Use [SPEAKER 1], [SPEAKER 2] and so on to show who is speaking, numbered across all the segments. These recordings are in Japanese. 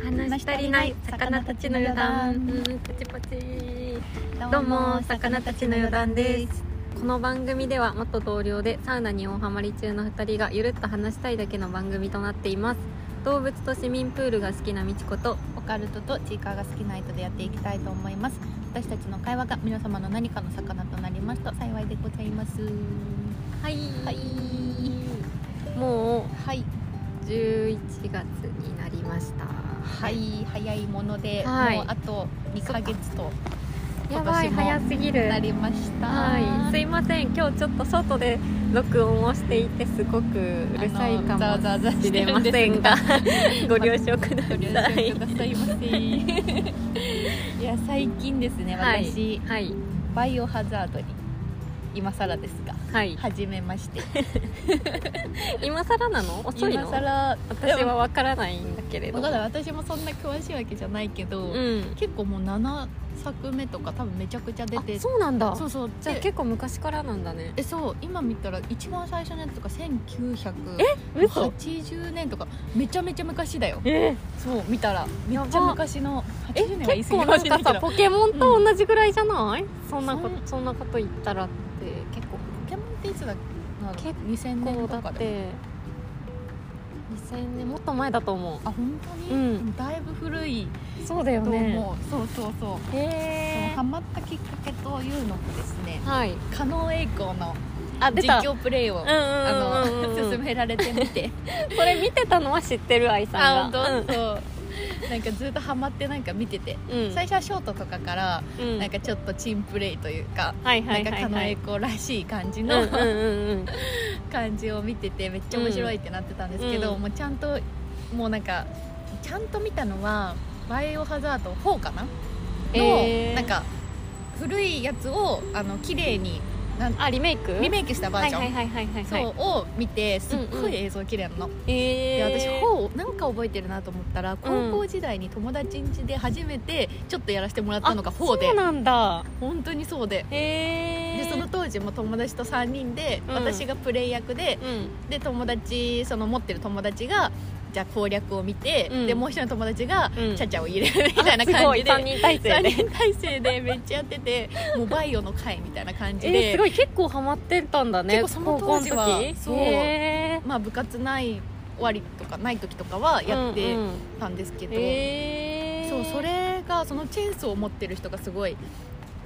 [SPEAKER 1] 足りない魚たちの余談うんパチパチどうも魚たちの余談ですこの番組では元同僚でサウナに大ハマり中の2人がゆるっと話したいだけの番組となっています動物と市民プールが好きなみちこと
[SPEAKER 2] オカルトとチーカーが好きな人でやっていきたいと思います私たちの会話が皆様の何かの魚となりますと幸いでございます
[SPEAKER 1] はい、
[SPEAKER 2] はい
[SPEAKER 1] も
[SPEAKER 2] はい、
[SPEAKER 1] う11月になりました
[SPEAKER 2] はい、早いもので、
[SPEAKER 1] はい
[SPEAKER 2] もうあと2ヶ月と
[SPEAKER 1] やばい
[SPEAKER 2] 今年も
[SPEAKER 1] 早すぎる
[SPEAKER 2] なりました
[SPEAKER 1] はい、すいません今日ちょっと外で録音をしていてすごくうるさいか
[SPEAKER 2] あのざわざわ
[SPEAKER 1] も
[SPEAKER 2] し
[SPEAKER 1] してれ
[SPEAKER 2] る
[SPEAKER 1] ま
[SPEAKER 2] んです
[SPEAKER 1] せんがご了承くだ
[SPEAKER 2] ご了
[SPEAKER 1] さ
[SPEAKER 2] 承
[SPEAKER 1] い
[SPEAKER 2] くださいませいや最近ですね
[SPEAKER 1] はい
[SPEAKER 2] 私、
[SPEAKER 1] はい
[SPEAKER 2] バイオハザードに今更ですが
[SPEAKER 1] はい
[SPEAKER 2] 始めまして
[SPEAKER 1] 今更なの遅い
[SPEAKER 2] 今
[SPEAKER 1] の
[SPEAKER 2] 更
[SPEAKER 1] 私はわからないんだけれど
[SPEAKER 2] 分からない私もそんな詳しいわけじゃないけど、
[SPEAKER 1] うん
[SPEAKER 2] 結構もう7作目とか多分めちゃくちゃ出て
[SPEAKER 1] あそうなんだ
[SPEAKER 2] そうそう
[SPEAKER 1] じゃあ
[SPEAKER 2] で
[SPEAKER 1] 結構昔からなんだね
[SPEAKER 2] えそう今見たら一番最初のやつとか
[SPEAKER 1] 嘘
[SPEAKER 2] 1980年とかめちゃめちゃ昔だよ
[SPEAKER 1] え
[SPEAKER 2] そう見たらめっち
[SPEAKER 1] や
[SPEAKER 2] ゃ
[SPEAKER 1] ば
[SPEAKER 2] 昔の
[SPEAKER 1] え
[SPEAKER 2] 80年は言い
[SPEAKER 1] 結
[SPEAKER 2] 過ぎ
[SPEAKER 1] 構
[SPEAKER 2] か
[SPEAKER 1] な
[SPEAKER 2] も
[SPEAKER 1] ん
[SPEAKER 2] しれな
[SPEAKER 1] か
[SPEAKER 2] いけ
[SPEAKER 1] さ
[SPEAKER 2] ど
[SPEAKER 1] ポケモンと同じぐらいじゃない、そんなこ
[SPEAKER 2] そん
[SPEAKER 1] そんなこと言ったらって結構
[SPEAKER 2] ポケモンっていつだっけ
[SPEAKER 1] 結
[SPEAKER 2] 2000
[SPEAKER 1] こ
[SPEAKER 2] 年
[SPEAKER 1] うだ
[SPEAKER 2] とか
[SPEAKER 1] っ
[SPEAKER 2] で
[SPEAKER 1] て2000年もっと前だと思
[SPEAKER 2] あ本当に、
[SPEAKER 1] うん
[SPEAKER 2] だいぶ古いう
[SPEAKER 1] そうだよ
[SPEAKER 2] と思う、
[SPEAKER 1] ね
[SPEAKER 2] そうそうそう
[SPEAKER 1] へえ
[SPEAKER 2] ハマったきっかけというのもですね
[SPEAKER 1] はい
[SPEAKER 2] 狩野英孝の
[SPEAKER 1] あ出
[SPEAKER 2] 実
[SPEAKER 1] た
[SPEAKER 2] 況プレイを、
[SPEAKER 1] あ
[SPEAKER 2] あ の 勧められてみて
[SPEAKER 1] これ見てたのは知ってる愛さんが
[SPEAKER 2] あ本当そうなんかずっとハマってなんか見てて
[SPEAKER 1] うん
[SPEAKER 2] 最初はショートとかから
[SPEAKER 1] うん
[SPEAKER 2] なんかちょっとチンプレイというか、
[SPEAKER 1] はいはい
[SPEAKER 2] なん
[SPEAKER 1] は
[SPEAKER 2] か
[SPEAKER 1] い
[SPEAKER 2] 狩
[SPEAKER 1] は
[SPEAKER 2] 野
[SPEAKER 1] い
[SPEAKER 2] 英孝らしい感じ
[SPEAKER 1] うん
[SPEAKER 2] の、
[SPEAKER 1] うんうん
[SPEAKER 2] 感じを見ててめっちゃ面白いってなってたんですけど、
[SPEAKER 1] うん
[SPEAKER 2] もうちゃんともうなんかちゃんと見たのは「バイオハザード4」かなの、
[SPEAKER 1] えー
[SPEAKER 2] なんか古いやつをあの綺麗になん
[SPEAKER 1] あリメイク
[SPEAKER 2] リメイクしたバージョン、
[SPEAKER 1] はいはいはいはいはい
[SPEAKER 2] そうを見てすっ
[SPEAKER 1] うん
[SPEAKER 2] ご
[SPEAKER 1] うん
[SPEAKER 2] い映像綺麗なの、
[SPEAKER 1] え
[SPEAKER 2] で
[SPEAKER 1] ー
[SPEAKER 2] 私4なんか覚えてるなと思ったら高校時代に友達ん家で初めてちょっとやらせてもらったのが4
[SPEAKER 1] そう
[SPEAKER 2] で
[SPEAKER 1] なんだ
[SPEAKER 2] 本当にそうで
[SPEAKER 1] へえ
[SPEAKER 2] でその当時も友達と3人で、
[SPEAKER 1] うん
[SPEAKER 2] 私がプレイ役で
[SPEAKER 1] うん
[SPEAKER 2] で友達その持ってる友達がじゃあ攻略を見て、
[SPEAKER 1] うん
[SPEAKER 2] でもう一人の友達が
[SPEAKER 1] うん
[SPEAKER 2] ちゃちゃを入れるみたいな
[SPEAKER 1] あす
[SPEAKER 2] 感
[SPEAKER 1] ご
[SPEAKER 2] じ
[SPEAKER 1] い
[SPEAKER 2] で、
[SPEAKER 1] 三人体制
[SPEAKER 2] 3
[SPEAKER 1] で
[SPEAKER 2] 人体制でめっちゃやっててもうバイオの会みたいな感じ
[SPEAKER 1] えー
[SPEAKER 2] で、
[SPEAKER 1] すごい結構ハマってたんだね
[SPEAKER 2] 結構その当時は
[SPEAKER 1] 高校の時
[SPEAKER 2] そう
[SPEAKER 1] へ
[SPEAKER 2] まあ、部活ない終わりとかない時とかは
[SPEAKER 1] ー
[SPEAKER 2] やっ
[SPEAKER 1] う
[SPEAKER 2] て
[SPEAKER 1] んうん
[SPEAKER 2] たんですけど、
[SPEAKER 1] えー
[SPEAKER 2] そうそれがそのチェーンソーを持ってる人がすごい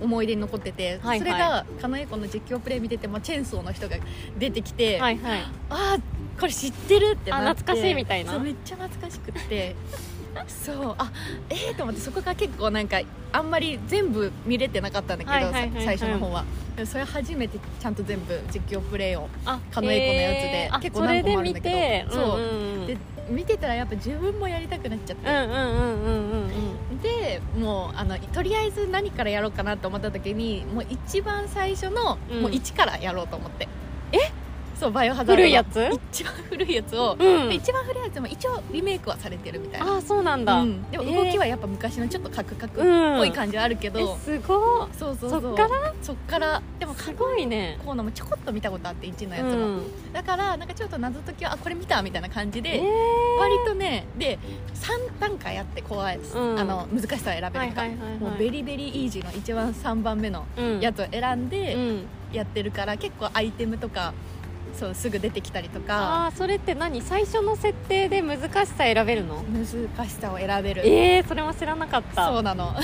[SPEAKER 2] 思い出に残ってて、
[SPEAKER 1] はいはい
[SPEAKER 2] それが狩野英孝の実況プレイ見ててもチェーンソーの人が出てきて、
[SPEAKER 1] はいはい
[SPEAKER 2] あーこれ知ってるってなって
[SPEAKER 1] あ懐かしいみたいな
[SPEAKER 2] そうめっちゃ懐かしくってそうあえー、と思ってそこが結構なんかあんまり全部見れてなかったんだけど、
[SPEAKER 1] はいはいはいはい
[SPEAKER 2] さ最初の方はでもそれ初めてちゃんと全部実況プレイを
[SPEAKER 1] あ
[SPEAKER 2] 狩野英孝のやつで
[SPEAKER 1] えーあ
[SPEAKER 2] 結構何個もあるんだけど
[SPEAKER 1] それで見て
[SPEAKER 2] そうん
[SPEAKER 1] んん
[SPEAKER 2] で見てたらやっぱ自分もやりたくなっちゃっ
[SPEAKER 1] う
[SPEAKER 2] て、
[SPEAKER 1] んうんうんうんうんうん
[SPEAKER 2] でもうあのとりあえず何からやろうかなと思った時にもう一番最初の、
[SPEAKER 1] うん
[SPEAKER 2] もう1からやろうと思ってえそうバイオハザードの
[SPEAKER 1] 古いやつ
[SPEAKER 2] 一番古いやつを
[SPEAKER 1] うん
[SPEAKER 2] 一番古いやつも一応リメイクはされてるみたいな
[SPEAKER 1] ああそうなんだ、
[SPEAKER 2] うんでも動きはやっぱ昔のちょっとカクカクっ
[SPEAKER 1] うん
[SPEAKER 2] ぽい感じはあるけど、
[SPEAKER 1] えすごっ
[SPEAKER 2] そうそうそう
[SPEAKER 1] そっから
[SPEAKER 2] そっからでも
[SPEAKER 1] す
[SPEAKER 2] 過去
[SPEAKER 1] ごいね
[SPEAKER 2] コーナーもちょこっと見たことあって1のやつ
[SPEAKER 1] う
[SPEAKER 2] も、
[SPEAKER 1] ん、
[SPEAKER 2] だからなんかちょっと謎解きはあこれ見たみたいな感じ
[SPEAKER 1] えー、
[SPEAKER 2] で、割とねで3段階あって怖い、
[SPEAKER 1] うん
[SPEAKER 2] あの難しさを選べ
[SPEAKER 1] はい
[SPEAKER 2] るか、
[SPEAKER 1] はいはいはい
[SPEAKER 2] もうベリベリイージーの一番3番目のや
[SPEAKER 1] っ
[SPEAKER 2] つを選ん
[SPEAKER 1] て
[SPEAKER 2] でやってるから、結構アイテムとかそうすぐ出てきたりとか
[SPEAKER 1] ああそれって何最初の設定で難しさ選べるの
[SPEAKER 2] 難しさを選べる
[SPEAKER 1] えー、それも知らなかった
[SPEAKER 2] そうなの、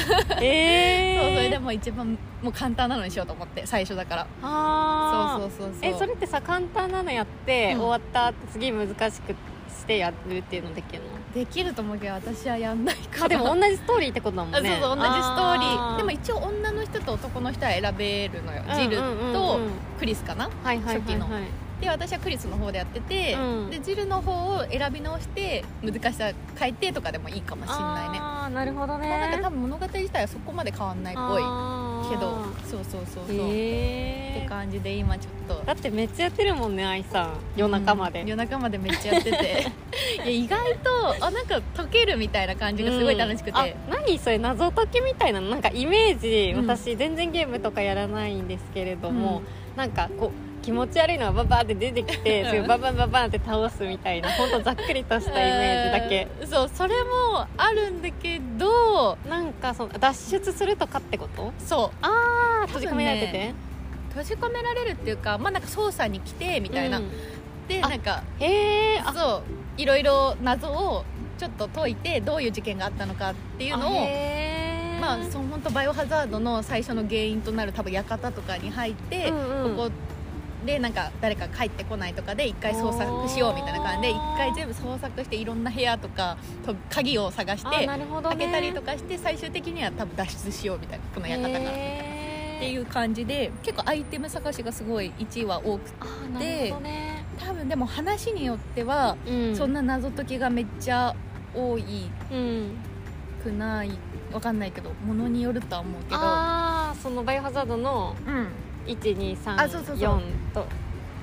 [SPEAKER 1] えー、
[SPEAKER 2] そうそれでも一番もう簡単なのにしようと思って最初だから
[SPEAKER 1] ああ
[SPEAKER 2] そうそうそうそう
[SPEAKER 1] えそれってさ簡単なのやって、
[SPEAKER 2] うん
[SPEAKER 1] 終わったって次難しくしてやるっていうのできるの
[SPEAKER 2] できると思うけど私はやんないから
[SPEAKER 1] あでも
[SPEAKER 2] あ
[SPEAKER 1] 同じストーリーってことだもん
[SPEAKER 2] そうそう
[SPEAKER 1] ね
[SPEAKER 2] 同じストーリ
[SPEAKER 1] あ
[SPEAKER 2] ーでも一応女の人と男の人は選べるのよ、ジル
[SPEAKER 1] うんうんうん
[SPEAKER 2] と
[SPEAKER 1] うん
[SPEAKER 2] クリスかな
[SPEAKER 1] はいはいはいはい、
[SPEAKER 2] 初期ので私はクリスの方でやってて、
[SPEAKER 1] うん
[SPEAKER 2] でジルの方を選び直して難しさ変えてとかでもいいかもしんないね
[SPEAKER 1] ああなるほどね
[SPEAKER 2] なんか多分物語自体はそこまで変わんないっぽいけど
[SPEAKER 1] あ
[SPEAKER 2] そうそうそうそう、
[SPEAKER 1] ー
[SPEAKER 2] っ
[SPEAKER 1] へ
[SPEAKER 2] て
[SPEAKER 1] ー
[SPEAKER 2] 感じで今ちょっと
[SPEAKER 1] だってめっちゃやってるもんね愛さん夜中まで、
[SPEAKER 2] うん夜中までめっちゃやっ てていや意外とあなんか解けるみたいな感じがすごい楽しく
[SPEAKER 1] う
[SPEAKER 2] て、
[SPEAKER 1] んあ何それ謎解きみたいなのなんかイメージ、
[SPEAKER 2] うん
[SPEAKER 1] 私全然ゲームとかやらないんですけれども、なんかこう気持ち悪いのがババーって出てきて
[SPEAKER 2] うん
[SPEAKER 1] それをババンババンって倒すみたいなほんとざっくりとしたイメージだけ
[SPEAKER 2] うんそうそれもあるんだけど
[SPEAKER 1] なんかその脱出するとかってこと
[SPEAKER 2] そうあ
[SPEAKER 1] ああ
[SPEAKER 2] 多
[SPEAKER 1] 閉じ込
[SPEAKER 2] 分ね
[SPEAKER 1] められてて
[SPEAKER 2] 閉じ込められるっていうかまあなんか捜査に来てみ
[SPEAKER 1] み
[SPEAKER 2] たいな、で
[SPEAKER 1] あ
[SPEAKER 2] なんか
[SPEAKER 1] へえあ
[SPEAKER 2] そういろいろ謎をちょっと解いてどういう事件があったのかっていうのを
[SPEAKER 1] へー
[SPEAKER 2] まあその本当バイオハザードの最初の原因となる多分館とかに入って、
[SPEAKER 1] うんうん
[SPEAKER 2] ここでなんか誰か帰ってこないとかで一回捜索しようみたいな感じで一回全部捜索していろんな部屋とかと鍵を探し
[SPEAKER 1] あ
[SPEAKER 2] て
[SPEAKER 1] なるほど
[SPEAKER 2] 開
[SPEAKER 1] ね
[SPEAKER 2] けたりとかして最終的には多分脱出しようみたいなこの館から。
[SPEAKER 1] へー
[SPEAKER 2] っていう感じで結構アイテム探しがすごい1位は多くて
[SPEAKER 1] あーなるほどね
[SPEAKER 2] 多分でも話によっては、
[SPEAKER 1] うん
[SPEAKER 2] そんな謎解きがめっちゃ多い
[SPEAKER 1] うん
[SPEAKER 2] くないわかんないけどものによるとは思うけど
[SPEAKER 1] ああそのバイオハザードの
[SPEAKER 2] うんあそうそうそう
[SPEAKER 1] 1234と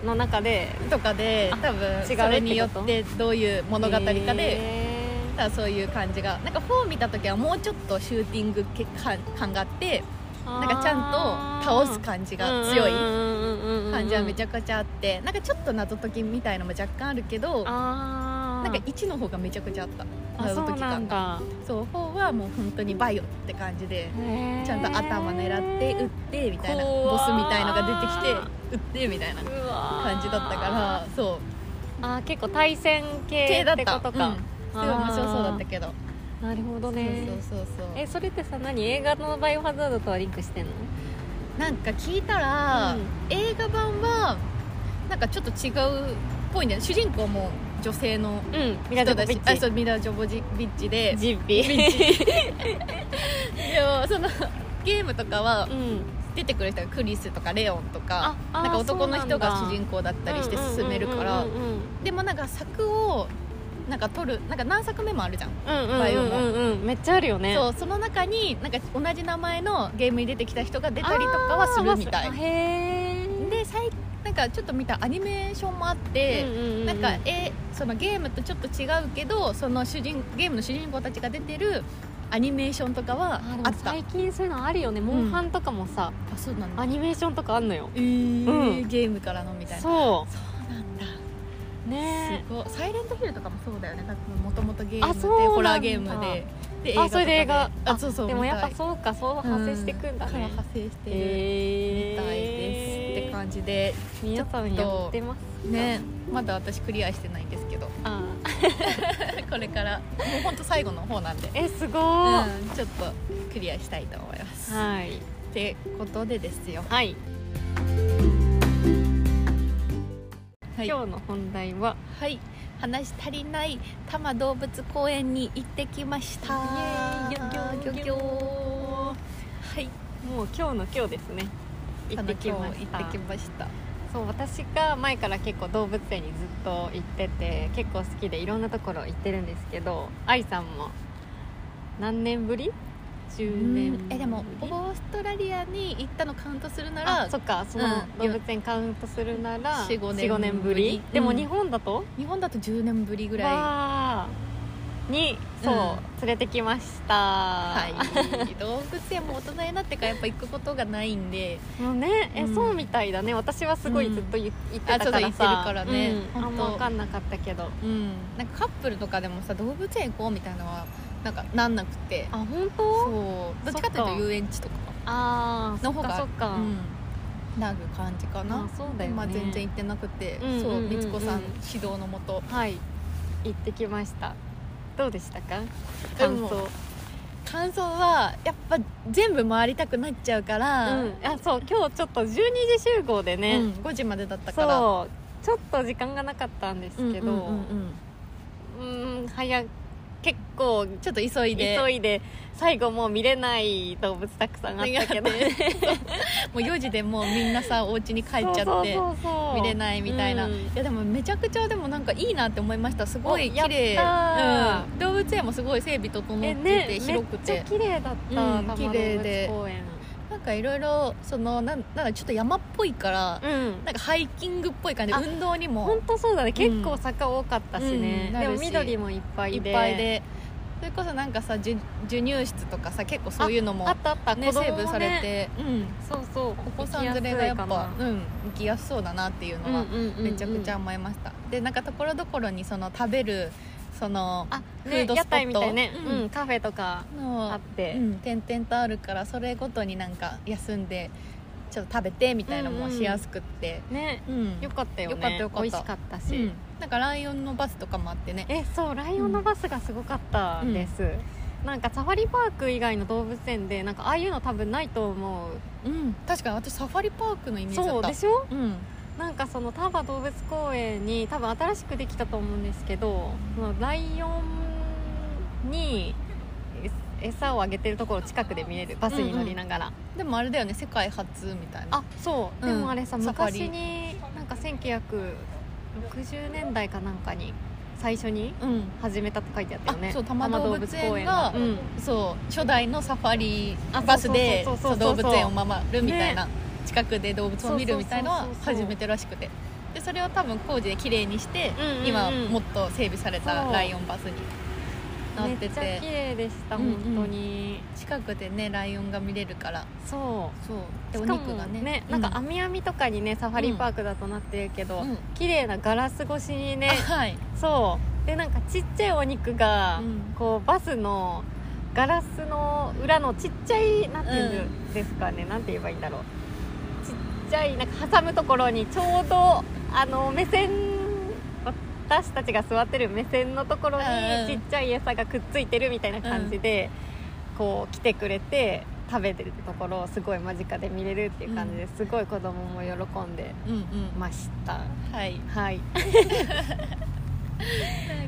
[SPEAKER 1] の中で
[SPEAKER 2] とかで
[SPEAKER 1] あ
[SPEAKER 2] 多分
[SPEAKER 1] 違う
[SPEAKER 2] それによ
[SPEAKER 1] ってこ
[SPEAKER 2] ってどういう物語かで、
[SPEAKER 1] へー
[SPEAKER 2] ただそういう感じがなんか4見た時はもうちょっとシューティングけ感感があってなんかちゃんと倒す感じが強い
[SPEAKER 1] い
[SPEAKER 2] 感じはめち
[SPEAKER 1] ゃ
[SPEAKER 2] ゃくちゃあってなんかちょっと謎解きみたいのも若干あるけど
[SPEAKER 1] あ
[SPEAKER 2] なんか1の方がめちゃくちゃあった
[SPEAKER 1] あ
[SPEAKER 2] 謎
[SPEAKER 1] そ
[SPEAKER 2] 解
[SPEAKER 1] う
[SPEAKER 2] き
[SPEAKER 1] なん
[SPEAKER 2] 感が
[SPEAKER 1] だ
[SPEAKER 2] そう4はもう本当にバイオって感じでち
[SPEAKER 1] ち
[SPEAKER 2] ゃんと頭狙って撃ってみたいな
[SPEAKER 1] 怖
[SPEAKER 2] ボスみたいのが出てきて撃ってみたいな感
[SPEAKER 1] 感
[SPEAKER 2] じだったからそう
[SPEAKER 1] らあー結構対戦系
[SPEAKER 2] 系だ
[SPEAKER 1] っ
[SPEAKER 2] ってた
[SPEAKER 1] ことか
[SPEAKER 2] うんすごい面白そうだったけど
[SPEAKER 1] なるほどね
[SPEAKER 2] そうそうそうそう
[SPEAKER 1] えそれってさ何映画の「バイオハザード」とはリンクしてんの
[SPEAKER 2] なんか聞いたら、
[SPEAKER 1] うん
[SPEAKER 2] 映画版はなんかちょっと違うっぽいね主人公も女性の
[SPEAKER 1] うんミラジ
[SPEAKER 2] 人
[SPEAKER 1] ョ
[SPEAKER 2] だ
[SPEAKER 1] コビ
[SPEAKER 2] しあそ
[SPEAKER 1] ッ
[SPEAKER 2] うミラ・ジョボジビッチで
[SPEAKER 1] チジッピ
[SPEAKER 2] でもそのゲームとかは
[SPEAKER 1] うん
[SPEAKER 2] 出てくる人がクリスとかレオンとか
[SPEAKER 1] あ
[SPEAKER 2] なんか
[SPEAKER 1] あー
[SPEAKER 2] 男の
[SPEAKER 1] そ
[SPEAKER 2] 人
[SPEAKER 1] うなんだ
[SPEAKER 2] が主人公だったりして進めるから
[SPEAKER 1] うんうん
[SPEAKER 2] でもなんか作をなんか取るなんか何作目もあるじゃん、
[SPEAKER 1] うんうん
[SPEAKER 2] バイオも
[SPEAKER 1] うんうんうんめっちゃあるよね
[SPEAKER 2] そうその中になんか同じ名前のゲームに出てきた人が出たりとかはするみた
[SPEAKER 1] あー
[SPEAKER 2] い
[SPEAKER 1] へ
[SPEAKER 2] で最なんかちょっと見たアニメーションもあって、
[SPEAKER 1] え
[SPEAKER 2] なんか、えそのゲームとちょっと違うけどその主人ゲームの主人公たちが出てるアニメーションとかは
[SPEAKER 1] あで
[SPEAKER 2] あ
[SPEAKER 1] も
[SPEAKER 2] った
[SPEAKER 1] 最近そういうのあるよねモンハンとかもさ、
[SPEAKER 2] あそうなん
[SPEAKER 1] アニメーションとかあんのよ
[SPEAKER 2] えー
[SPEAKER 1] うん
[SPEAKER 2] ゲームからのみたいなそう
[SPEAKER 1] そ
[SPEAKER 2] なんだ
[SPEAKER 1] うね
[SPEAKER 2] すごいサイレントヒルとかもそうだよね多分もともとゲー
[SPEAKER 1] あ
[SPEAKER 2] ムで
[SPEAKER 1] そうなんだ
[SPEAKER 2] ホラーゲームでで
[SPEAKER 1] あそれで映画
[SPEAKER 2] とかあそうそう
[SPEAKER 1] でもやっぱ
[SPEAKER 2] みたい
[SPEAKER 1] そうかそう派生してくんだ
[SPEAKER 2] から
[SPEAKER 1] ね
[SPEAKER 2] 派生してる
[SPEAKER 1] へ
[SPEAKER 2] み
[SPEAKER 1] ー
[SPEAKER 2] たいですって感じで
[SPEAKER 1] 皆さんやってます
[SPEAKER 2] ねまだ私クリアしてないんですけど
[SPEAKER 1] あー
[SPEAKER 2] これからもうほんと最後の方なんで
[SPEAKER 1] えすごー、
[SPEAKER 2] うん、ちょっとクリアしたいと思います。
[SPEAKER 1] はい
[SPEAKER 2] ってことでですよ。
[SPEAKER 1] はい、
[SPEAKER 2] はい、
[SPEAKER 1] 今日の本題は
[SPEAKER 2] はい、話し足りない多摩動物公園に行ってきました。
[SPEAKER 1] イエーイギョギョギョギョ
[SPEAKER 2] はい、
[SPEAKER 1] もう今日の今日ですね行ってきま
[SPEAKER 2] あの
[SPEAKER 1] し
[SPEAKER 2] 今日
[SPEAKER 1] た
[SPEAKER 2] 行ってきました。
[SPEAKER 1] そう私が前から結構動物園にずっと行ってて結構好きでいろんなところ行ってるんですけど愛さんも何年ぶり ?10 年ぶり
[SPEAKER 2] えでもオーストラリアに行ったのカウントするなら
[SPEAKER 1] あそっかその
[SPEAKER 2] う
[SPEAKER 1] 動
[SPEAKER 2] ん
[SPEAKER 1] 物園カウントするなら
[SPEAKER 2] 4-5
[SPEAKER 1] 4-5年ぶり
[SPEAKER 2] 年ぶり
[SPEAKER 1] でも
[SPEAKER 2] うん
[SPEAKER 1] 日本だと
[SPEAKER 2] 日本だと10年ぶりぐらい。
[SPEAKER 1] わーにそう、連れてきました
[SPEAKER 2] は、
[SPEAKER 1] はい
[SPEAKER 2] 動物園も大人になってからやっぱ行くことがないんで
[SPEAKER 1] もうねえ、
[SPEAKER 2] うん
[SPEAKER 1] そうみたいだね私はすごいずっと言言ってたからさ、
[SPEAKER 2] あそうそう言ってるからね
[SPEAKER 1] うんあんま
[SPEAKER 2] 本当
[SPEAKER 1] 分かんなかったけど
[SPEAKER 2] うん、なんかカップルとかでもさ動物園行こうみたいなのはなんかなんなくて
[SPEAKER 1] あ本当
[SPEAKER 2] そうどっちかって
[SPEAKER 1] そ
[SPEAKER 2] いう
[SPEAKER 1] っ
[SPEAKER 2] と
[SPEAKER 1] か
[SPEAKER 2] 遊園地とか
[SPEAKER 1] ああそ
[SPEAKER 2] の
[SPEAKER 1] っ
[SPEAKER 2] 方
[SPEAKER 1] か
[SPEAKER 2] が
[SPEAKER 1] そっか、
[SPEAKER 2] うん、なる感じかな、
[SPEAKER 1] まあそうだよね、
[SPEAKER 2] まあ、全然行ってなくて、
[SPEAKER 1] うん
[SPEAKER 2] そう
[SPEAKER 1] うんうんうん
[SPEAKER 2] みつこさん指導のもと
[SPEAKER 1] はい行ってきましたどうでしたか
[SPEAKER 2] で
[SPEAKER 1] 感
[SPEAKER 2] も
[SPEAKER 1] 想
[SPEAKER 2] 感想はやっぱ全部回りたくなっちゃうか
[SPEAKER 1] う
[SPEAKER 2] ら、
[SPEAKER 1] んあそう今日ちょっと12時集合でね、
[SPEAKER 2] うん5時までだったから
[SPEAKER 1] そうちょっと時間がなかったんですけど
[SPEAKER 2] うんうんうんうん
[SPEAKER 1] うん早結構
[SPEAKER 2] ちょっと急いで
[SPEAKER 1] 急いで最後もう見れない動物たくさんあったけど
[SPEAKER 2] なんかもう4時でもうみんなさお家に帰っ ちゃって見れないみたいな、
[SPEAKER 1] うん
[SPEAKER 2] いやでもめちゃくちゃでもなんかいいなって思いましたすごい
[SPEAKER 1] おやっ
[SPEAKER 2] 綺
[SPEAKER 1] た
[SPEAKER 2] 麗、うん、動物園もすごい整備整って
[SPEAKER 1] え
[SPEAKER 2] て、
[SPEAKER 1] ね
[SPEAKER 2] 広く
[SPEAKER 1] め
[SPEAKER 2] て
[SPEAKER 1] っちゃ綺麗だった、
[SPEAKER 2] うん
[SPEAKER 1] 多摩
[SPEAKER 2] 綺麗で
[SPEAKER 1] 動物公園
[SPEAKER 2] なんかいろいろそのなんなんかちょっと山っぽいから、
[SPEAKER 1] うん
[SPEAKER 2] なんかハイキングっぽい感じ
[SPEAKER 1] あ
[SPEAKER 2] 運動にも
[SPEAKER 1] 本当そうだね結構坂多かったしね、
[SPEAKER 2] うん
[SPEAKER 1] で
[SPEAKER 2] な
[SPEAKER 1] も
[SPEAKER 2] るし
[SPEAKER 1] 緑もいっぱ
[SPEAKER 2] い
[SPEAKER 1] い
[SPEAKER 2] っ
[SPEAKER 1] で
[SPEAKER 2] ぱいでれこそなんかさ授授乳室とかさ結構そういうのも
[SPEAKER 1] あったあった、
[SPEAKER 2] ね、
[SPEAKER 1] 子供
[SPEAKER 2] セ
[SPEAKER 1] も
[SPEAKER 2] ーブされて、うん、
[SPEAKER 1] そうそうお
[SPEAKER 2] お子さん連れがやっぱ、うん、行きやすそうだなっていうのはめちゃくちゃ思いました、でなんかところどころにその食べるその
[SPEAKER 1] あ、
[SPEAKER 2] フ
[SPEAKER 1] ね、
[SPEAKER 2] ード
[SPEAKER 1] 屋
[SPEAKER 2] スポット
[SPEAKER 1] 台みたいね、
[SPEAKER 2] う
[SPEAKER 1] うんんカフェとか
[SPEAKER 2] の
[SPEAKER 1] あって、
[SPEAKER 2] うん、点々とあるからそれごとになんか休んでちょっと食べてみたいなのもしやすくって、
[SPEAKER 1] ね
[SPEAKER 2] うん
[SPEAKER 1] よかったよね
[SPEAKER 2] よかったよかった
[SPEAKER 1] 美味しかったし、
[SPEAKER 2] うんなんかライオンのバスとかもあってね
[SPEAKER 1] えそうライオンのバスがすごかったです、なんかサファリパーク以外の動物園でなんかああいうの多分ないと思う
[SPEAKER 2] うん確かに私サファリパークのイメージだった
[SPEAKER 1] そうでしょ
[SPEAKER 2] うん
[SPEAKER 1] なんかその多摩動物公園に多分新しくできたと思うんですけどそのライオンにえ餌をあげてるところ近くで見えるバスに乗りながら、
[SPEAKER 2] でもあれだよね世界初みたいな
[SPEAKER 1] あそう
[SPEAKER 2] う
[SPEAKER 1] で
[SPEAKER 2] ん
[SPEAKER 1] もあれさ、
[SPEAKER 2] サファリ
[SPEAKER 1] 昔になんか1960年代かなんかに最初に
[SPEAKER 2] うん
[SPEAKER 1] 始めたって書いてあったよね
[SPEAKER 2] あそう多摩動物園
[SPEAKER 1] 多摩
[SPEAKER 2] が
[SPEAKER 1] 動物公園
[SPEAKER 2] そう初代のサファリ
[SPEAKER 1] あ
[SPEAKER 2] バスで
[SPEAKER 1] そうそう
[SPEAKER 2] そ
[SPEAKER 1] そううそうそ
[SPEAKER 2] 動
[SPEAKER 1] う
[SPEAKER 2] 物園を回るみたいな、近くで動物を見るみたいの
[SPEAKER 1] そ
[SPEAKER 2] は
[SPEAKER 1] うそうそうそう
[SPEAKER 2] 初めてらしくてでそれを多分工事で綺麗にして、
[SPEAKER 1] うんうん
[SPEAKER 2] 今もっと整備されたライオンバスにな
[SPEAKER 1] うん
[SPEAKER 2] って
[SPEAKER 1] めっちゃ綺
[SPEAKER 2] て
[SPEAKER 1] 麗でした、
[SPEAKER 2] うんうん
[SPEAKER 1] 本当に
[SPEAKER 2] 近くでねライオンが見れるから
[SPEAKER 1] そう
[SPEAKER 2] そうでお
[SPEAKER 1] しかも
[SPEAKER 2] 肉がね
[SPEAKER 1] なんか
[SPEAKER 2] っ
[SPEAKER 1] 網網とかにねサファリパークだとなってるけど、
[SPEAKER 2] うん
[SPEAKER 1] 綺麗なガラス越しにね
[SPEAKER 2] あはい、
[SPEAKER 1] そうでなんかちっちゃいお肉が、
[SPEAKER 2] うん
[SPEAKER 1] こうバスのガラスの裏のちっちゃいなんていうんですかね、なんて言えばいいんだろうちっちゃいなんか挟むところにちょうどあの目線私たちが座ってる目線のところに
[SPEAKER 2] うん
[SPEAKER 1] ちっちゃい餌がくっついてるみたいな感じで、こう来てくれて食べてるところをすごい間近で見れるっていう感じですごい子供も喜んで
[SPEAKER 2] うんうん
[SPEAKER 1] ました。
[SPEAKER 2] はい
[SPEAKER 1] はい、
[SPEAKER 2] なん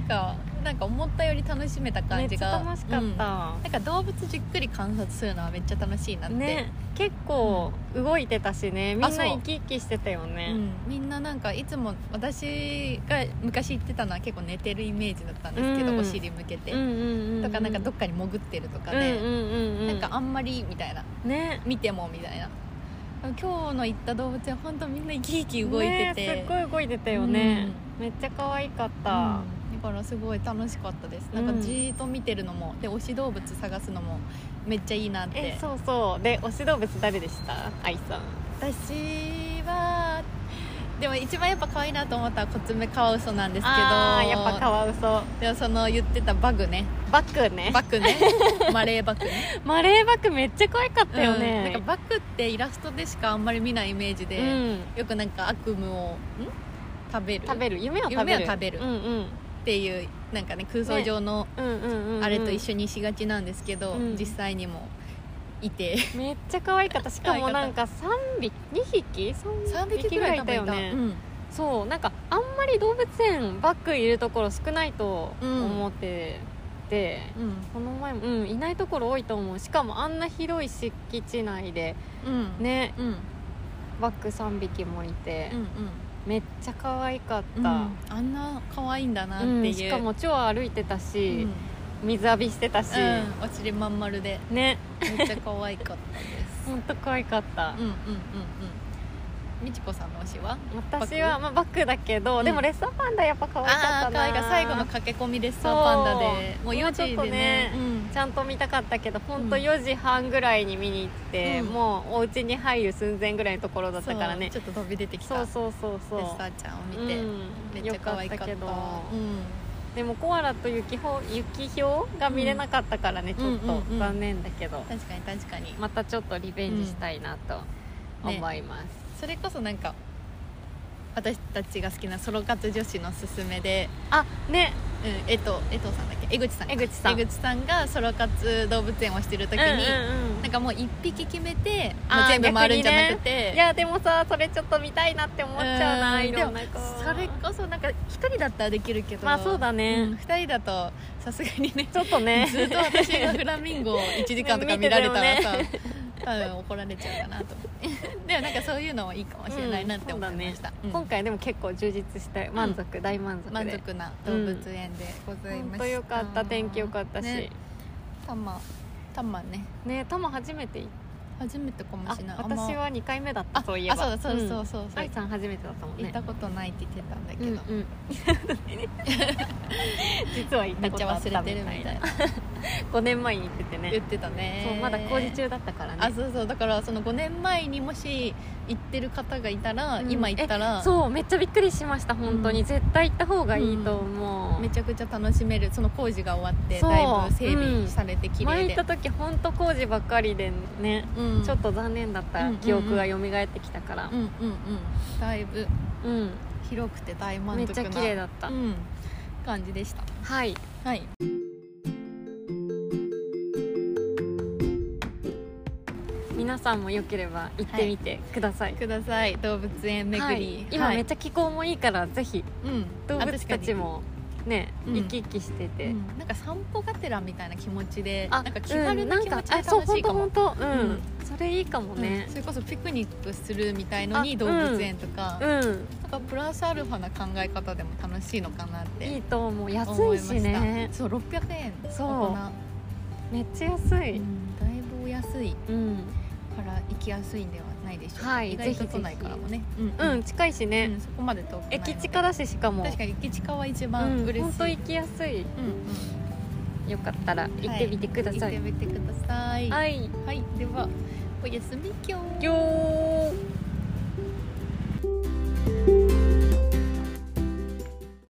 [SPEAKER 2] かなんか思ったより楽しめた
[SPEAKER 1] め
[SPEAKER 2] 感
[SPEAKER 1] っ
[SPEAKER 2] じ
[SPEAKER 1] ち
[SPEAKER 2] が
[SPEAKER 1] ゃ楽しかっ
[SPEAKER 2] うんな
[SPEAKER 1] た、
[SPEAKER 2] んか動物じっくり観察するのはめっちゃ楽しいなって、
[SPEAKER 1] ね結構動いてたしねみんな
[SPEAKER 2] あそう
[SPEAKER 1] 生き生きしてたよね、
[SPEAKER 2] うん、みんななんかいつも私が昔行ってたのは結構寝てるイメージだったんですけど、
[SPEAKER 1] うん
[SPEAKER 2] お尻向けて、
[SPEAKER 1] うんうんうん
[SPEAKER 2] とかなんかどっ
[SPEAKER 1] か
[SPEAKER 2] かに潜ってるとか
[SPEAKER 1] ね、うん
[SPEAKER 2] で、
[SPEAKER 1] うんうんう
[SPEAKER 2] なんかあんまりみたいな
[SPEAKER 1] ね
[SPEAKER 2] 見てもみたいな今日の行った動物園本当みんな生き生き動いてて、
[SPEAKER 1] ねすっごい動いてたよね、めっちゃ可愛かっ
[SPEAKER 2] うん
[SPEAKER 1] た、
[SPEAKER 2] だからすごい楽しかったですなんかじーっと見てるのもで推し動物探すのもめっちゃいいなって
[SPEAKER 1] えそうそうで推し動物誰でした愛さん
[SPEAKER 2] 私はでも一番やっぱ可愛いなと思ったのはコツメカワウソなんですけど
[SPEAKER 1] あーやっぱカワウソ
[SPEAKER 2] でもその言ってたバグね
[SPEAKER 1] バックね
[SPEAKER 2] バ グねマレーバグね
[SPEAKER 1] マレーバックめっちゃ可愛かったよ
[SPEAKER 2] うん
[SPEAKER 1] ね、
[SPEAKER 2] なんかバグってイラストでしかあんまり見ないイメージで、
[SPEAKER 1] うん
[SPEAKER 2] よくなんか悪夢をん食べる
[SPEAKER 1] 食べる夢を食べる
[SPEAKER 2] 夢を食べる
[SPEAKER 1] うんうん
[SPEAKER 2] っていうなんかね空想上の
[SPEAKER 1] うんうんうんうん
[SPEAKER 2] あれと
[SPEAKER 1] 緒
[SPEAKER 2] 一緒にしがちなんですけど、
[SPEAKER 1] うん
[SPEAKER 2] 実際にもいて、
[SPEAKER 1] めっちゃ可愛かったしかもなんか3匹2匹
[SPEAKER 2] 3
[SPEAKER 1] 3
[SPEAKER 2] 匹
[SPEAKER 1] 匹ぐ
[SPEAKER 2] ぐら
[SPEAKER 1] ら
[SPEAKER 2] い
[SPEAKER 1] い
[SPEAKER 2] 多
[SPEAKER 1] い
[SPEAKER 2] 分
[SPEAKER 1] た
[SPEAKER 2] い
[SPEAKER 1] よ
[SPEAKER 2] た、
[SPEAKER 1] ね
[SPEAKER 2] うん
[SPEAKER 1] そうなんかあんまり動物園バックいるところ少ないと思ってて、この前も、うん、いないところ多いと思うしかもあんな広い敷地内で
[SPEAKER 2] うんうん
[SPEAKER 1] ね
[SPEAKER 2] うんうん
[SPEAKER 1] バック3匹もいて、めっちゃ可愛かっ
[SPEAKER 2] うん
[SPEAKER 1] た、
[SPEAKER 2] あんな可愛いんだなって
[SPEAKER 1] うん
[SPEAKER 2] いう、
[SPEAKER 1] しかも超歩いてた
[SPEAKER 2] うん、う
[SPEAKER 1] し
[SPEAKER 2] ん、、
[SPEAKER 1] 水浴びしてたし、
[SPEAKER 2] お尻まん丸で
[SPEAKER 1] ね
[SPEAKER 2] めっちゃ可愛かったです
[SPEAKER 1] ほんと可愛かった、
[SPEAKER 2] うんうんうんうんみちこさんの推しは
[SPEAKER 1] 私は、まあ、バックだけど、
[SPEAKER 2] うん
[SPEAKER 1] でもレッサーパンダやっぱ可愛かったな
[SPEAKER 2] あー可愛い最後の駆け込みレッサーパンダで
[SPEAKER 1] そう
[SPEAKER 2] もう4時
[SPEAKER 1] もうちょっ
[SPEAKER 2] で
[SPEAKER 1] と
[SPEAKER 2] ね
[SPEAKER 1] ね
[SPEAKER 2] うん
[SPEAKER 1] ちゃんと見たかったけど本当
[SPEAKER 2] うん
[SPEAKER 1] 4時半ぐらいに見に行って、
[SPEAKER 2] うん
[SPEAKER 1] もうお家に入る寸前ぐらいのところだったからね
[SPEAKER 2] そうちょっと飛び出てきた
[SPEAKER 1] そうそうそうそう
[SPEAKER 2] レッサーちゃんを見て、
[SPEAKER 1] うん
[SPEAKER 2] めっちゃ可愛かった
[SPEAKER 1] よ
[SPEAKER 2] う
[SPEAKER 1] かったけど
[SPEAKER 2] ん
[SPEAKER 1] でもコアラと雪ほ雪ひょうが見れなかったからね、
[SPEAKER 2] うん
[SPEAKER 1] ちょ
[SPEAKER 2] うん
[SPEAKER 1] っ
[SPEAKER 2] うんうん
[SPEAKER 1] と残念だけど、
[SPEAKER 2] 確かに確かに、
[SPEAKER 1] またちょっとリベンジしたいなと
[SPEAKER 2] うんね
[SPEAKER 1] 思います、
[SPEAKER 2] それこそなんか私たちが好きなソロ活女子のすすめで、
[SPEAKER 1] あね
[SPEAKER 2] うん、えと江藤さんだっけ江口さんか
[SPEAKER 1] 江口さん
[SPEAKER 2] 江口さんがソロ活動物園をしてる時に、
[SPEAKER 1] うんうんうん
[SPEAKER 2] なんかもう1匹決めて
[SPEAKER 1] あー
[SPEAKER 2] もう全部回るんじゃなくて、
[SPEAKER 1] いやでもさそれちょっと見たいなって思っちゃうな、
[SPEAKER 2] うん
[SPEAKER 1] いろんな
[SPEAKER 2] で
[SPEAKER 1] 子
[SPEAKER 2] もそれこそなんか1人だったらできるけど
[SPEAKER 1] まあそうだね、
[SPEAKER 2] うん2人だとさすがにね
[SPEAKER 1] ちょっとね
[SPEAKER 2] ずっと私がフラミンゴを1時間とか見られたらさ、多分怒られちゃうかなと思ってでもなんかそういうのもいいかもしれないなって思いました、
[SPEAKER 1] うん
[SPEAKER 2] うん
[SPEAKER 1] 今回でも結構充実して満足、大満足で
[SPEAKER 2] 満足な動物園でござい
[SPEAKER 1] 本
[SPEAKER 2] ました、
[SPEAKER 1] 当良かった天気良かったし
[SPEAKER 2] ね
[SPEAKER 1] ね
[SPEAKER 2] たまたまね
[SPEAKER 1] タマ初めて行っ
[SPEAKER 2] 初めてかも
[SPEAKER 1] あ
[SPEAKER 2] しれないあんま
[SPEAKER 1] 私は2回目だった
[SPEAKER 2] あ
[SPEAKER 1] そういえば
[SPEAKER 2] あそうだそうだそうだ
[SPEAKER 1] ん
[SPEAKER 2] そうだそうだ
[SPEAKER 1] 愛さん初めてだったもんね
[SPEAKER 2] 行ったことないって言ってたんだけ
[SPEAKER 1] う
[SPEAKER 2] ど、
[SPEAKER 1] んうん実は行った
[SPEAKER 2] めっ
[SPEAKER 1] こ
[SPEAKER 2] ちゃ
[SPEAKER 1] とあった
[SPEAKER 2] 忘
[SPEAKER 1] みた
[SPEAKER 2] れてるみ
[SPEAKER 1] い
[SPEAKER 2] たい
[SPEAKER 1] な
[SPEAKER 2] な
[SPEAKER 1] 5年前に言ってて
[SPEAKER 2] 言っ
[SPEAKER 1] ね
[SPEAKER 2] てたね
[SPEAKER 1] そうまだ工事中だったからね
[SPEAKER 2] あそうそうだからその5年前にもし行ってる方がいたら、
[SPEAKER 1] うん
[SPEAKER 2] 今行ったら
[SPEAKER 1] そうめっちゃびっくりしました本当に、
[SPEAKER 2] うん
[SPEAKER 1] 絶対行った方がいいと思う、
[SPEAKER 2] めちゃくちゃ楽しめるその工事が終わって
[SPEAKER 1] そう
[SPEAKER 2] だいぶ整
[SPEAKER 1] うん
[SPEAKER 2] 備されて綺
[SPEAKER 1] 前
[SPEAKER 2] 麗
[SPEAKER 1] 行っ
[SPEAKER 2] で、
[SPEAKER 1] た時本当工事ばっかりでね、
[SPEAKER 2] うん
[SPEAKER 1] ちょっと残念だった記憶が蘇ってきたから
[SPEAKER 2] うんうんうんだいぶ
[SPEAKER 1] うん、
[SPEAKER 2] 広くて大満足
[SPEAKER 1] め
[SPEAKER 2] な
[SPEAKER 1] っちゃ綺麗だった、
[SPEAKER 2] うん、感じでした
[SPEAKER 1] はい
[SPEAKER 2] はい
[SPEAKER 1] 皆さんもよければ行ってみてください、
[SPEAKER 2] ください動物園巡り、
[SPEAKER 1] はい今めっちゃ気候もいいから、ぜひ
[SPEAKER 2] ゃ、うん、
[SPEAKER 1] 動
[SPEAKER 2] あ
[SPEAKER 1] 物たち、もね
[SPEAKER 2] うん
[SPEAKER 1] 生き生きして
[SPEAKER 2] 確か
[SPEAKER 1] て、
[SPEAKER 2] にうんなんか散歩がてらみたいな気持ちで
[SPEAKER 1] あ
[SPEAKER 2] なんか気軽な
[SPEAKER 1] うん
[SPEAKER 2] 気持ちで
[SPEAKER 1] なんかあそう
[SPEAKER 2] 楽し
[SPEAKER 1] 本
[SPEAKER 2] いか
[SPEAKER 1] 当
[SPEAKER 2] も、
[SPEAKER 1] 本当うん、
[SPEAKER 2] うん
[SPEAKER 1] それいいかもね
[SPEAKER 2] うんそれこそピクニックするみたいのに
[SPEAKER 1] あ
[SPEAKER 2] 動物園とか、
[SPEAKER 1] うん、
[SPEAKER 2] なんかプラスアルファな考え方でも楽しいのかなって
[SPEAKER 1] いいと思う安
[SPEAKER 2] 思
[SPEAKER 1] い
[SPEAKER 2] いま
[SPEAKER 1] し
[SPEAKER 2] した
[SPEAKER 1] ね
[SPEAKER 2] そう600円
[SPEAKER 1] そう
[SPEAKER 2] 大
[SPEAKER 1] めっちゃ安
[SPEAKER 2] 人、
[SPEAKER 1] い、
[SPEAKER 2] だいぶお安い
[SPEAKER 1] うん
[SPEAKER 2] から行きやすいんではないでしょうか、
[SPEAKER 1] はい
[SPEAKER 2] 意外
[SPEAKER 1] ぜ
[SPEAKER 2] と
[SPEAKER 1] ひぜ
[SPEAKER 2] 都
[SPEAKER 1] ひ
[SPEAKER 2] 内からもねう
[SPEAKER 1] うん、近いしね、
[SPEAKER 2] うんそこまで遠くないので
[SPEAKER 1] 駅近だししかも
[SPEAKER 2] 確かに駅近は一
[SPEAKER 1] う
[SPEAKER 2] 番
[SPEAKER 1] ん、
[SPEAKER 2] 嬉
[SPEAKER 1] 本
[SPEAKER 2] し
[SPEAKER 1] 当
[SPEAKER 2] い、
[SPEAKER 1] 行きやすい
[SPEAKER 2] うんうん
[SPEAKER 1] よかったら行ってみてください
[SPEAKER 2] 行ってみてください
[SPEAKER 1] はい、
[SPEAKER 2] はい、ではおやすみ今日
[SPEAKER 1] よー